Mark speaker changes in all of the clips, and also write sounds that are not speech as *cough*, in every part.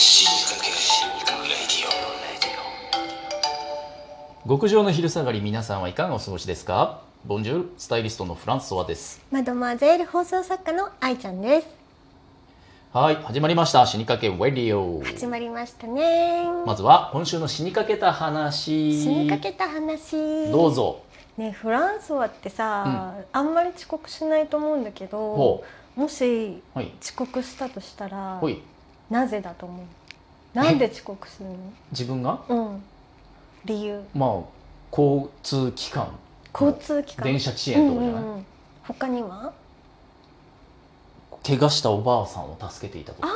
Speaker 1: シーカゲレディ
Speaker 2: 極上の昼下がり皆さんはいかがお過ごしですかボンジュールスタイリストのフランソワです
Speaker 3: マドマゼール放送作家の愛ちゃんです
Speaker 2: はい始まりました死にかけウェディオ
Speaker 3: 始まりましたね
Speaker 2: まずは今週の死にかけた話
Speaker 3: 死にかけた話
Speaker 2: どうぞ
Speaker 3: ねフランソワってさ、あんまり遅刻しないと思うんだけど
Speaker 2: ほ
Speaker 3: もし
Speaker 2: うはい
Speaker 3: 遅刻したとしたら
Speaker 2: ほい
Speaker 3: なぜだと思うなんで遅刻する
Speaker 2: 自分が
Speaker 3: のうん理由
Speaker 2: まあ交通機関
Speaker 3: 交通機関
Speaker 2: 電車遅延とかじゃない、
Speaker 3: うんうんうん他には
Speaker 2: 怪我したおばあさんを助けていたとか、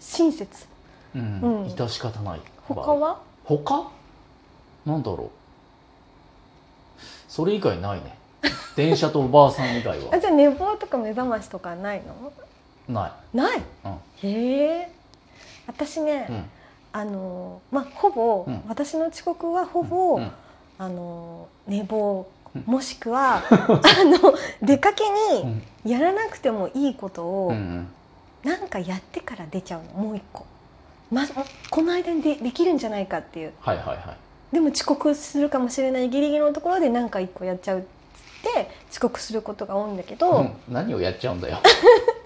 Speaker 3: 親切
Speaker 2: うん
Speaker 3: うん
Speaker 2: 致し方ない
Speaker 3: 他は
Speaker 2: 他なんだろうそれ以外ない
Speaker 3: *laughs*
Speaker 2: ね電車とおばあさん以外
Speaker 3: あ
Speaker 2: は
Speaker 3: じゃあ寝坊とか目覚ましとかないの
Speaker 2: ない
Speaker 3: ない、
Speaker 2: うん
Speaker 3: へえ私ね、
Speaker 2: うん
Speaker 3: あのまあほぼ、
Speaker 2: うん
Speaker 3: 私の遅刻はほぼ、
Speaker 2: うん
Speaker 3: あの寝坊
Speaker 2: うん
Speaker 3: もしくはあの出かけ
Speaker 2: う
Speaker 3: に
Speaker 2: ん
Speaker 3: やらなくてもいいことを、
Speaker 2: うん
Speaker 3: なんかやってから出ちゃうのもう一個、ま、この間にでできるんじゃないかっていう
Speaker 2: はいはいはい
Speaker 3: でも遅刻するかもしれないギリギリのところでなんか一個やっちゃうっつって遅刻することが多いんだけど、
Speaker 2: うん何をやっちゃうんだよ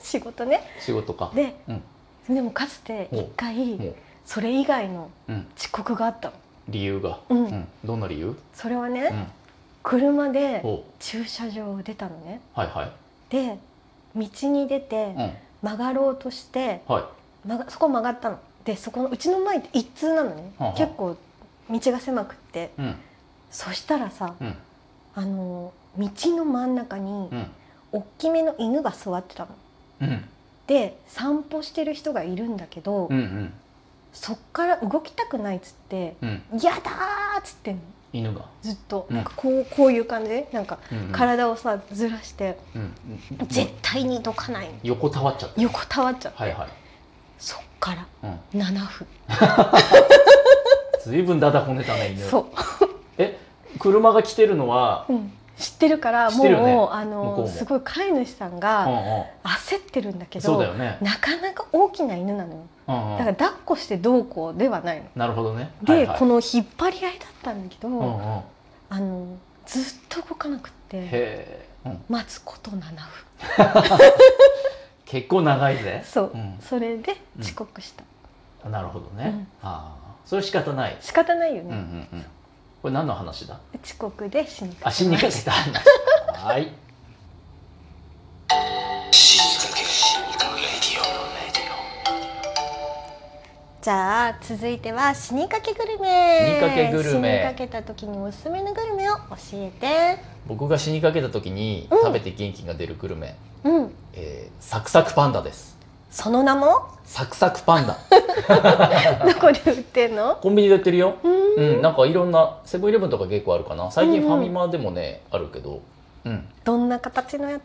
Speaker 3: 仕事ね
Speaker 2: 仕事か
Speaker 3: で、
Speaker 2: うん
Speaker 3: でもかつて一
Speaker 2: ほ
Speaker 3: 回
Speaker 2: う
Speaker 3: それ以外の
Speaker 2: うん
Speaker 3: 遅刻があったの、
Speaker 2: 理由が、
Speaker 3: うん
Speaker 2: うん、どんな理由、
Speaker 3: それはね、
Speaker 2: うん、
Speaker 3: 車で
Speaker 2: お
Speaker 3: 駐車場を出たのね
Speaker 2: はいはい、
Speaker 3: で道に出て
Speaker 2: うん、
Speaker 3: 曲がろうとして、
Speaker 2: はい
Speaker 3: 曲がそこ曲がったのでそこのうちの前って一通なのね、
Speaker 2: はあはあ
Speaker 3: 結構道が狭くって
Speaker 2: うん
Speaker 3: そしたらさ
Speaker 2: うん
Speaker 3: あの道の真ん中に
Speaker 2: うん
Speaker 3: 大きめの犬が座ってたの。
Speaker 2: うん
Speaker 3: で散歩してる人がいるんだけど、
Speaker 2: うんうん
Speaker 3: そっから動きたくないっつって
Speaker 2: うん
Speaker 3: 「やだ!」っつってんの
Speaker 2: 犬が、
Speaker 3: ずっと、
Speaker 2: うん
Speaker 3: なんかこうこういう感じなんか
Speaker 2: うんうん、、
Speaker 3: 体をさずらして
Speaker 2: うん
Speaker 3: 「絶対にどかない」
Speaker 2: 横たわっちゃった
Speaker 3: 横たわっちゃって、
Speaker 2: はいはい、
Speaker 3: そっから
Speaker 2: うん、
Speaker 3: 7分
Speaker 2: ずいぶんだだこねたね犬
Speaker 3: そ
Speaker 2: 車が来てるのは、
Speaker 3: う、うん、知ってるから
Speaker 2: 知っ
Speaker 3: も
Speaker 2: て
Speaker 3: う
Speaker 2: るよね
Speaker 3: あ
Speaker 2: 向こう
Speaker 3: の
Speaker 2: も
Speaker 3: すごい飼い主さん
Speaker 2: うん
Speaker 3: が
Speaker 2: うん、
Speaker 3: 焦ってるんだけ
Speaker 2: そう
Speaker 3: ど
Speaker 2: だよね、
Speaker 3: なかなか大きな犬なのよ
Speaker 2: うんうん
Speaker 3: だから抱っこしてどうこうではないの。
Speaker 2: なるほどね
Speaker 3: で、
Speaker 2: はいはい、
Speaker 3: この引っ張り合いだったんだけど、
Speaker 2: うんうん、へ
Speaker 3: あのずっと動かなくって
Speaker 2: え、うん、
Speaker 3: 待つこと7分
Speaker 2: 結構長いぜ
Speaker 3: そう、
Speaker 2: うん
Speaker 3: それで
Speaker 2: うん
Speaker 3: 遅刻した、
Speaker 2: なるほどね、
Speaker 3: うん
Speaker 2: ああそれ仕方ない
Speaker 3: 仕方ないよ
Speaker 2: うんうん
Speaker 3: ね、
Speaker 2: うんこれ何の話だ
Speaker 3: 遅刻で死にかけ
Speaker 2: あ死にかけた
Speaker 3: *laughs*
Speaker 2: 話はい
Speaker 1: オシーカゲレディ
Speaker 3: じゃあ続いては死にかけグル
Speaker 2: 死
Speaker 3: メ
Speaker 2: にかけグルメ
Speaker 3: 死にかけた時におすすめのグルメを教えて
Speaker 2: 僕が死にかけた時に
Speaker 3: うん
Speaker 2: 食べて元気が出るグルメ、
Speaker 3: うん
Speaker 2: えーサクサクパンダです
Speaker 3: その名も
Speaker 2: サクサクパンダ
Speaker 3: どこで売ってんの
Speaker 2: コンビニで売ってるよ
Speaker 3: うん
Speaker 2: うんなんかいろんなセブンイレブンとか結構あるかな最近
Speaker 3: うん
Speaker 2: フ
Speaker 3: う
Speaker 2: ァ
Speaker 3: ん
Speaker 2: ミマでもね、あるけどうん
Speaker 3: どんな形のやつ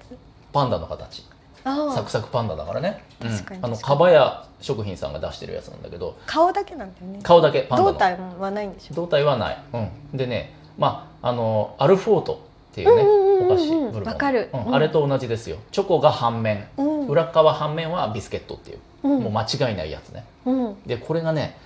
Speaker 2: パンダの形サ
Speaker 3: あ
Speaker 2: ク
Speaker 3: あ
Speaker 2: サクパンダだからね、うん
Speaker 3: 確かに
Speaker 2: あの
Speaker 3: 確かに
Speaker 2: かばや食品さんが出してるやつなんだけど
Speaker 3: 顔だけなんだよね
Speaker 2: 顔だけパンダの
Speaker 3: 胴体はないんでしょ
Speaker 2: 胴体はない、うん、でねまああのアルフォートっていうね、
Speaker 3: うんうんうんうん
Speaker 2: お菓子ブルボン
Speaker 3: わかる
Speaker 2: うん
Speaker 3: うん
Speaker 2: あれと同じですよチョコが半面
Speaker 3: うん
Speaker 2: 裏っ側半面はビスケットっていう、
Speaker 3: うん
Speaker 2: もう間違いないやつね
Speaker 3: うん
Speaker 2: でこれがね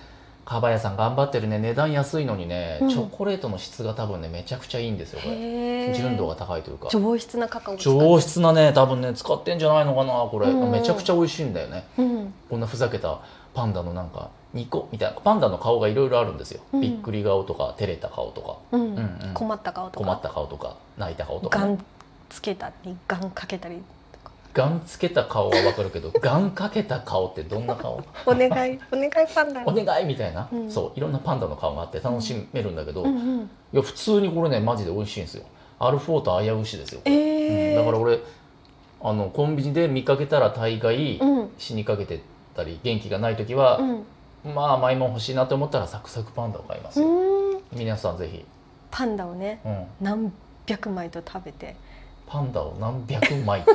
Speaker 2: かばやさん頑張ってるね値段安いのにね、
Speaker 3: うん
Speaker 2: チョコレートの質が多分ねめちゃくちゃいいんですよこれ
Speaker 3: へえ
Speaker 2: 純度が高いというか
Speaker 3: 上質なカカオを使って
Speaker 2: 上質なね多分ね使ってんじゃないのかなこれ、
Speaker 3: うん
Speaker 2: めちゃくちゃ美味しいんだよね
Speaker 3: うん
Speaker 2: こんなふざけたパンダのなんかニコみたいなパンダの顔がいろいろあるんですよ、
Speaker 3: うん
Speaker 2: びっくり顔とか照れた顔とか
Speaker 3: うん
Speaker 2: うんうん
Speaker 3: 困った顔とか
Speaker 2: 困った顔とか泣いた顔とか
Speaker 3: ガ
Speaker 2: ね、
Speaker 3: ンつけたりガンかけたり
Speaker 2: ガンつけた顔はわかるけど *laughs* ガンかけた顔ってどんな顔
Speaker 3: お願い
Speaker 2: *laughs*
Speaker 3: お願いパンダ
Speaker 2: お願いみたいな、
Speaker 3: うん
Speaker 2: そういろんなパンダの顔があって楽しめるんだけど、
Speaker 3: うん
Speaker 2: い
Speaker 3: うん
Speaker 2: や普通にこれねマジで美味しいんですよアルフォート危うしですよ、
Speaker 3: ええ
Speaker 2: うんだから俺あのコンビニで見かけたら大概、
Speaker 3: うん
Speaker 2: 死にかけてたり元気がない時は、
Speaker 3: うん
Speaker 2: まあ甘いもん欲しいなと思ったらサクサクパンダを買いますよ、
Speaker 3: うん
Speaker 2: 皆さんぜひ、
Speaker 3: パンダをね
Speaker 2: うん、
Speaker 3: 何百枚と食べて
Speaker 2: パンダを何百枚
Speaker 3: *laughs*
Speaker 2: と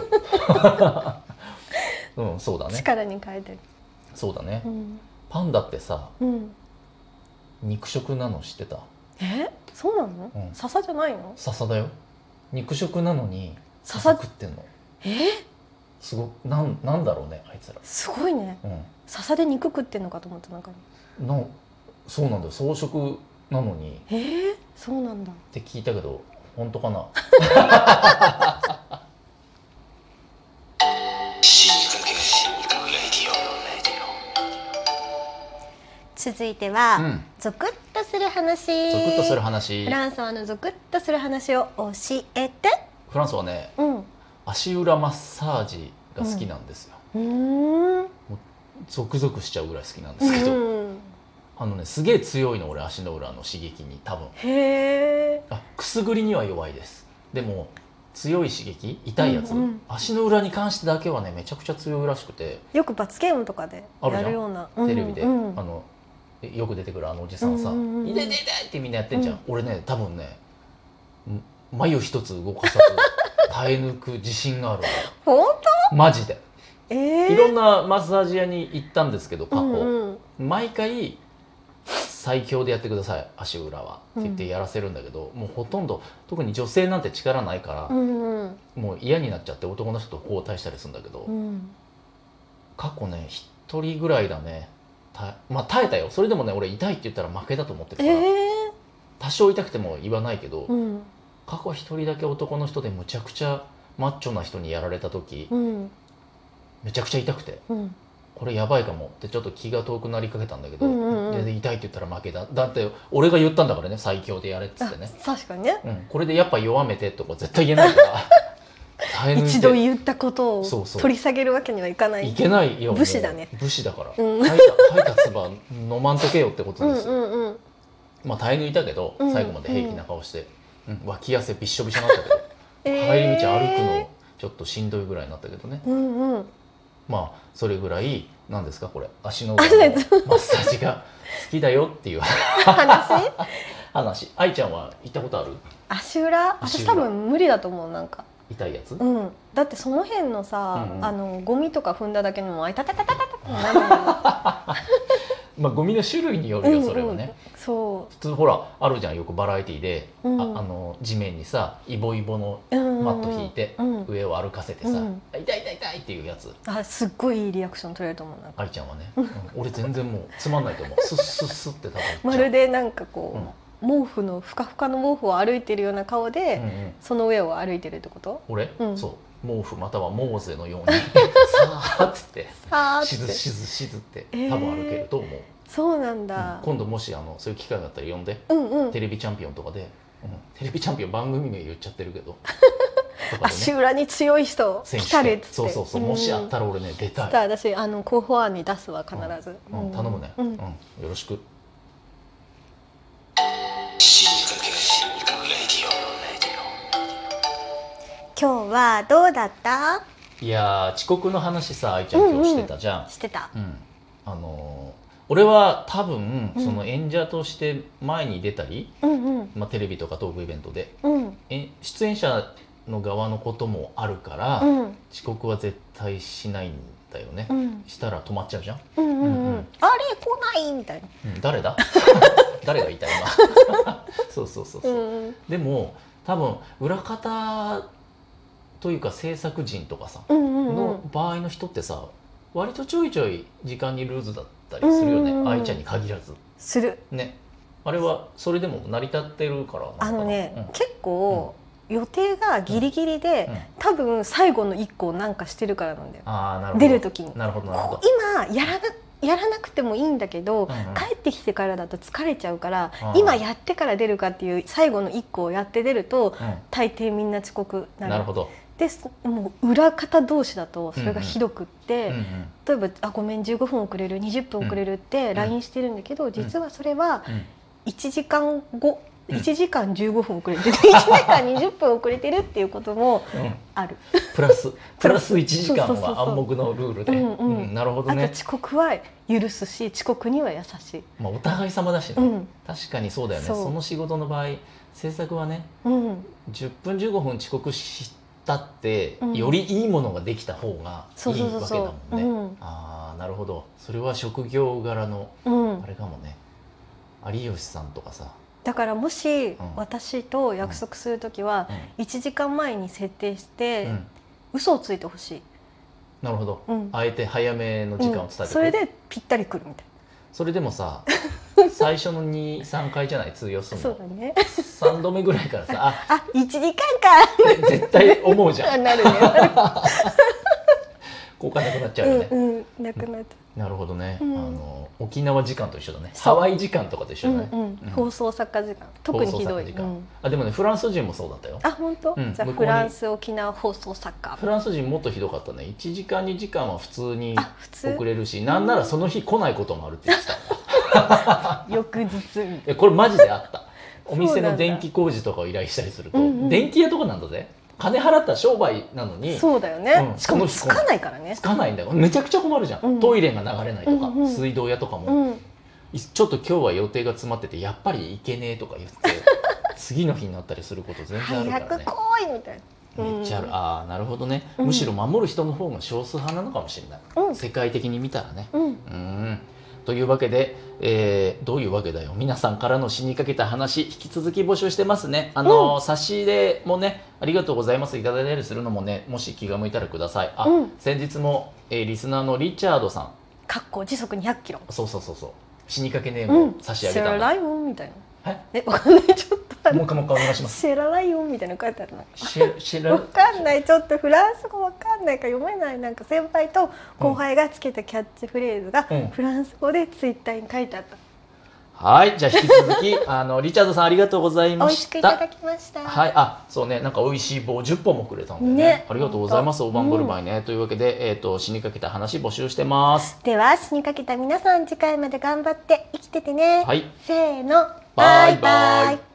Speaker 2: うんそうだね
Speaker 3: 力に変えてる
Speaker 2: そうだね
Speaker 3: うん
Speaker 2: パンダってさ
Speaker 3: うん
Speaker 2: 肉食なの知ってた
Speaker 3: えそうなの
Speaker 2: うん
Speaker 3: 笹じゃないの
Speaker 2: 笹だよ肉食なのに
Speaker 3: 笹
Speaker 2: 食ってんの
Speaker 3: え
Speaker 2: すごなんなんだろうねあいつら
Speaker 3: すごいね
Speaker 2: う
Speaker 3: 笹で肉食ってんのかと思ったなんか
Speaker 2: んのそうなんだよ草食なのにっ
Speaker 3: えー、そうなんだ
Speaker 2: て聞いたけど本当かな
Speaker 1: 死にかけ死にかけレディオレディ
Speaker 3: 続いては、
Speaker 2: うん
Speaker 3: ゾクッとする話
Speaker 2: ゾクッとする話
Speaker 3: フランスはあのゾクッとする話を教えて
Speaker 2: フランスはね
Speaker 3: うんう
Speaker 2: 足裏マッサージが好きなんですよ、
Speaker 3: ーん
Speaker 2: ゾクゾクしちゃうぐらい好きなんですけど、
Speaker 3: うん
Speaker 2: あのねすげえ強いの俺足の裏の刺激に多分
Speaker 3: へえ
Speaker 2: あくすぐりには弱いですでも強い刺激痛いやつ、
Speaker 3: うんうん
Speaker 2: 足の裏に関してだけはねめちゃくちゃ強いらしくて
Speaker 3: よく罰ゲームとかで
Speaker 2: あるじゃ
Speaker 3: や
Speaker 2: ん
Speaker 3: るような
Speaker 2: テレビで、
Speaker 3: うんうん
Speaker 2: あのよく出てくるあのおじさんさ「
Speaker 3: うんうんうんうん
Speaker 2: 痛い痛い痛い」ってみんなやってんじゃん、
Speaker 3: うん
Speaker 2: 俺ね多分ねん眉一つ動かさ
Speaker 3: *laughs*
Speaker 2: ず耐え抜く自信があるわ
Speaker 3: 本
Speaker 2: マジで
Speaker 3: 当ええ
Speaker 2: いろんなマッサージ屋に行ったんですけど過去、
Speaker 3: うんうん
Speaker 2: 毎回最強でやってください足裏はって言ってやらせるんだけど、もうほとんど特に女性なんて力ないから、
Speaker 3: うんうん
Speaker 2: もう嫌になっちゃって男の人と交代したりするんだけど、
Speaker 3: うん
Speaker 2: 過去ね一人ぐらいだねたまあ耐えたよそれでもね俺痛いって言ったら負けだと思ってる
Speaker 3: え
Speaker 2: から、
Speaker 3: え
Speaker 2: 多少痛くても言わないけど、
Speaker 3: うん
Speaker 2: 過去一人だけ男の人でむちゃくちゃマッチョな人にやられた時、
Speaker 3: うん
Speaker 2: めちゃくちゃ痛くて
Speaker 3: うん
Speaker 2: これやばいかもってちょっと気が遠くなりかけたんだけど、
Speaker 3: うんうんうん
Speaker 2: で痛いって言ったら負けだだって俺が言ったんだからね最強でやれっつってね、
Speaker 3: あ確かにね
Speaker 2: うん、これでやっぱ弱めてとか絶対言えないから
Speaker 3: *laughs*
Speaker 2: 耐え抜いて
Speaker 3: 一度言ったこと
Speaker 2: そ
Speaker 3: を
Speaker 2: うそう
Speaker 3: 取り下げるわけにはいかない
Speaker 2: いけないよもう
Speaker 3: 武士だね
Speaker 2: 武士だから、
Speaker 3: うん
Speaker 2: 吐いた吐いた唾飲まんとけよってこ
Speaker 3: う
Speaker 2: と
Speaker 3: ん
Speaker 2: で
Speaker 3: う
Speaker 2: すよ、
Speaker 3: んうん
Speaker 2: まあ耐え抜いたけど
Speaker 3: うん
Speaker 2: 最後まで平気な顔して、うん脇汗びっしょびしょになったけど、帰り道歩くのちょっとしんどいぐらいになったけどね
Speaker 3: うんうん
Speaker 2: まあそれぐらいなんですかこれ足の裏
Speaker 3: 足の
Speaker 2: の
Speaker 3: や
Speaker 2: マッサージが好きだよっていう *laughs*
Speaker 3: 話
Speaker 2: 話愛ちゃんは行ったことある
Speaker 3: 足裏
Speaker 2: 足
Speaker 3: 私
Speaker 2: 裏
Speaker 3: 多分無理だと思うなんか
Speaker 2: 痛いやつ、
Speaker 3: うんだってその辺のさ、
Speaker 2: うんうん
Speaker 3: あのゴミとか踏んだだけのもあいたたたたたたってなるも
Speaker 2: まあゴミの種類によるよ
Speaker 3: ん
Speaker 2: それはね、
Speaker 3: うんそ
Speaker 2: 普通ほらあるじゃんよくバラエティで、
Speaker 3: うん
Speaker 2: ああの地面にさイボイボの
Speaker 3: う、うんうんうん
Speaker 2: マット引いて
Speaker 3: うん
Speaker 2: 上を歩かせてさ「
Speaker 3: うん
Speaker 2: あ痛い痛い痛い」っていうやつ
Speaker 3: あすっごいいいリアクション取れると思うなんか
Speaker 2: 愛ちゃんはね、うん俺全然もうつまんないと思うスッスッスッって多分行っちゃう
Speaker 3: まるでなんか
Speaker 2: う
Speaker 3: こ
Speaker 2: ん
Speaker 3: う、毛布のふかふかの毛布を歩いてるような顔で、
Speaker 2: うんうん
Speaker 3: その上を歩いてるってこと
Speaker 2: 俺、
Speaker 3: うん
Speaker 2: そう毛布またはモーゼのよう
Speaker 3: *laughs*
Speaker 2: にさあっつって
Speaker 3: あ
Speaker 2: しずしずしずって多分歩けると思う、
Speaker 3: そうなん
Speaker 2: う
Speaker 3: だ
Speaker 2: ん、今度もしあのそういう機会があったら呼んで
Speaker 3: うんうん
Speaker 2: テレビチャンピオンとかで、うんテレビチャンピオン番組名言っちゃってるけ
Speaker 3: *laughs*
Speaker 2: どとかで
Speaker 3: 足裏に強い人
Speaker 2: 選手
Speaker 3: 来たれっつって
Speaker 2: そうそうそう、もしあったら俺ね出たい
Speaker 3: たら私あの候補案に出すわ必ず、
Speaker 2: うん、頼むね、
Speaker 3: う
Speaker 2: うんんよろしく
Speaker 1: オ死にかけ死にかけレディオレディオ
Speaker 3: 今日はどうだった
Speaker 2: いやー遅刻の話さ愛ちゃん今日してたじゃん、
Speaker 3: してた
Speaker 2: うんあのー俺は多分
Speaker 3: うん
Speaker 2: その演者として前に出たり、
Speaker 3: うんうん
Speaker 2: まあ、テレビとかトークイベントで
Speaker 3: うん
Speaker 2: え出演者の側のこともあるから、
Speaker 3: うん
Speaker 2: 遅刻は絶対しないんだよね、
Speaker 3: うん
Speaker 2: したら止まっちゃうじゃん、
Speaker 3: うんうんうん、
Speaker 2: うん
Speaker 3: あれ来ないみたいな
Speaker 2: うん誰 *laughs* だ誰がいた今 *laughs* そうそうそうそうう、
Speaker 3: んうん
Speaker 2: でも多分裏方というか制作人とかさ、
Speaker 3: うんうんうん
Speaker 2: の場合の人ってさ割とちょいちょい時間にルーズだったりするよ
Speaker 3: うんうんうん
Speaker 2: ね愛ちゃんに限らず
Speaker 3: する
Speaker 2: ねあれはそれでも成り立ってるからなのか
Speaker 3: あ
Speaker 2: な
Speaker 3: のね、結構、予定がギリギリ
Speaker 2: う
Speaker 3: で
Speaker 2: ん、うん
Speaker 3: 多分最後の一個をなんかしてるからなんだよ
Speaker 2: ああなるほど
Speaker 3: 出る時に
Speaker 2: なるほどなるほど
Speaker 3: こう今やらなやらなくてもいいんだけど、
Speaker 2: うんうん
Speaker 3: 帰ってきてからだと疲れちゃうから、
Speaker 2: うん
Speaker 3: 今やってから出るかっていう最後の一個をやって出ると
Speaker 2: う
Speaker 3: 大抵みんな遅刻なんる
Speaker 2: なるほど、
Speaker 3: ですもう裏方同士だとそれがひどくって、
Speaker 2: うんうん
Speaker 3: 例えば「あごめん15分遅れる20分遅れる」って
Speaker 2: ん
Speaker 3: LINE してるんだけど、実はそれは
Speaker 2: うん
Speaker 3: 1時間後、
Speaker 2: うん
Speaker 3: 1時間15分遅れてる1時間20分遅れてるっていうことも
Speaker 2: うん
Speaker 3: ある。
Speaker 2: *laughs* プラスプラス1時間
Speaker 3: そうそうそう
Speaker 2: は
Speaker 3: そう
Speaker 2: 暗黙のルールで、
Speaker 3: うんうん
Speaker 2: なるほど
Speaker 3: あと
Speaker 2: ね、
Speaker 3: 遅刻は許すし遅刻には優しい。
Speaker 2: まあ、お互い様だしね、
Speaker 3: うん
Speaker 2: 確かにそうだよね
Speaker 3: そう
Speaker 2: その仕事の場合制作はね
Speaker 3: うん、
Speaker 2: 10分15分遅刻したって、
Speaker 3: うん
Speaker 2: よりいいものができた方がい
Speaker 3: そう
Speaker 2: い
Speaker 3: そうそう
Speaker 2: わけだも
Speaker 3: そ
Speaker 2: ん
Speaker 3: う。
Speaker 2: ね、ああなるほどそれは職業柄の
Speaker 3: うん、うん
Speaker 2: あ、れかもね有吉さんとかさ、
Speaker 3: だからもし、
Speaker 2: ん
Speaker 3: 私と約束するときは
Speaker 2: うん
Speaker 3: 1時間前に設定して、
Speaker 2: うん
Speaker 3: 嘘をついてほしい。
Speaker 2: なるほど、
Speaker 3: うん
Speaker 2: あえて早めの時間を伝えてく
Speaker 3: うんそれでぴったりくるみたい
Speaker 2: それでも
Speaker 3: *laughs*
Speaker 2: さ最初の23回じゃない通用す
Speaker 3: な
Speaker 2: る
Speaker 3: そう
Speaker 2: の
Speaker 3: だね
Speaker 2: 3度目ぐらいからさ
Speaker 3: *laughs*
Speaker 2: あ
Speaker 3: あ一1時間
Speaker 2: って絶対思うじゃ
Speaker 3: か
Speaker 2: ん
Speaker 3: なるねなる
Speaker 2: 効果なくなっちゃうよね、
Speaker 3: うんうんなくなった
Speaker 2: なるほどね、
Speaker 3: うん
Speaker 2: あの沖縄時間と一緒だね
Speaker 3: そう
Speaker 2: ハワイ時間とかと一緒
Speaker 3: う
Speaker 2: だ
Speaker 3: ん
Speaker 2: ね、
Speaker 3: うん放送作家時間特にひど
Speaker 2: 放送作
Speaker 3: い、
Speaker 2: 家時間
Speaker 3: うん
Speaker 2: あでもねフランス人もそうだったよ
Speaker 3: あ本当、
Speaker 2: うん
Speaker 3: じ
Speaker 2: 向こ
Speaker 3: ゃあ
Speaker 2: うに
Speaker 3: フランス沖縄放送作家
Speaker 2: フランス人もっとひどかったね1時間2時間は普通に
Speaker 3: あ普通
Speaker 2: 遅れるしなんならその日来ないこともあるって言ってたい
Speaker 3: 翌日みたい
Speaker 2: やこれマジであ
Speaker 3: *laughs*
Speaker 2: ったお
Speaker 3: そ
Speaker 2: 店
Speaker 3: うな
Speaker 2: の
Speaker 3: んだ
Speaker 2: 電気工事とかを依頼したりすると、
Speaker 3: うんうん
Speaker 2: 電気屋とかなんだぜ金払った商売なのに
Speaker 3: なそうだよね、
Speaker 2: うん
Speaker 3: しかもつかないからね
Speaker 2: つかないんだよめちゃくちゃ困るじゃん、
Speaker 3: うん
Speaker 2: トイレが流れないとか、
Speaker 3: うんうん
Speaker 2: 水道屋とかも、
Speaker 3: うん
Speaker 2: いちょっと今日は予定が詰まっててやっぱり行けねえとか
Speaker 3: *laughs*
Speaker 2: 言って次の日になったりすること全然あ
Speaker 3: 早
Speaker 2: るから
Speaker 3: く
Speaker 2: ね
Speaker 3: 来いみたいな
Speaker 2: めっちゃある、
Speaker 3: うん
Speaker 2: ああなるほどね、
Speaker 3: うん
Speaker 2: むしろ守る人の方が少数派なのかもしれない、
Speaker 3: うん
Speaker 2: 世界的に見たらね
Speaker 3: うん
Speaker 2: うーんというわけで、えーどういうわけだよ皆さんからの死にかけた話引き続き募集してますねあのー、差し入れもねありがとうございますいただいたりするのもねもし気が向いたらくださいあ、
Speaker 3: うん
Speaker 2: 先日も、えーリスナーのリチャードさん
Speaker 3: かっこ時速200キロ
Speaker 2: そうそうそうそう死にかけネー
Speaker 3: う
Speaker 2: ム
Speaker 3: ん
Speaker 2: を差し上
Speaker 3: セ
Speaker 2: げた
Speaker 3: ラ
Speaker 2: んだ、
Speaker 3: ライオンみたいな
Speaker 2: はい
Speaker 3: えわかんないちょっとあ
Speaker 2: も
Speaker 3: の
Speaker 2: う一回もう一回お願いします
Speaker 3: セラライオンみたいなの書いてあるな
Speaker 2: シェ *laughs* シェラ
Speaker 3: わかんないちょっとフランス語わかんないから読めないなんか先輩と後輩がつけたキャッチフレーズが、
Speaker 2: うん
Speaker 3: フランス語でツイッターに書いてあった
Speaker 2: はいじゃあ引き続
Speaker 3: *laughs*
Speaker 2: きあのリチャードさんありがとうござい
Speaker 3: 美
Speaker 2: ま
Speaker 3: 味し
Speaker 2: し
Speaker 3: くい
Speaker 2: た
Speaker 3: ただきました
Speaker 2: はい、あ、そうね、なんか美味しい棒10本もくれたんでね。
Speaker 3: ね
Speaker 2: ありがとうございます、
Speaker 3: ほん
Speaker 2: 大
Speaker 3: と
Speaker 2: 盤振る舞いね、というわけで、えっ、と、死にかけた話募集してます。
Speaker 3: では死にかけた皆さん次回まで頑張って生きててね、
Speaker 2: はい、
Speaker 3: せーの
Speaker 2: バイバイ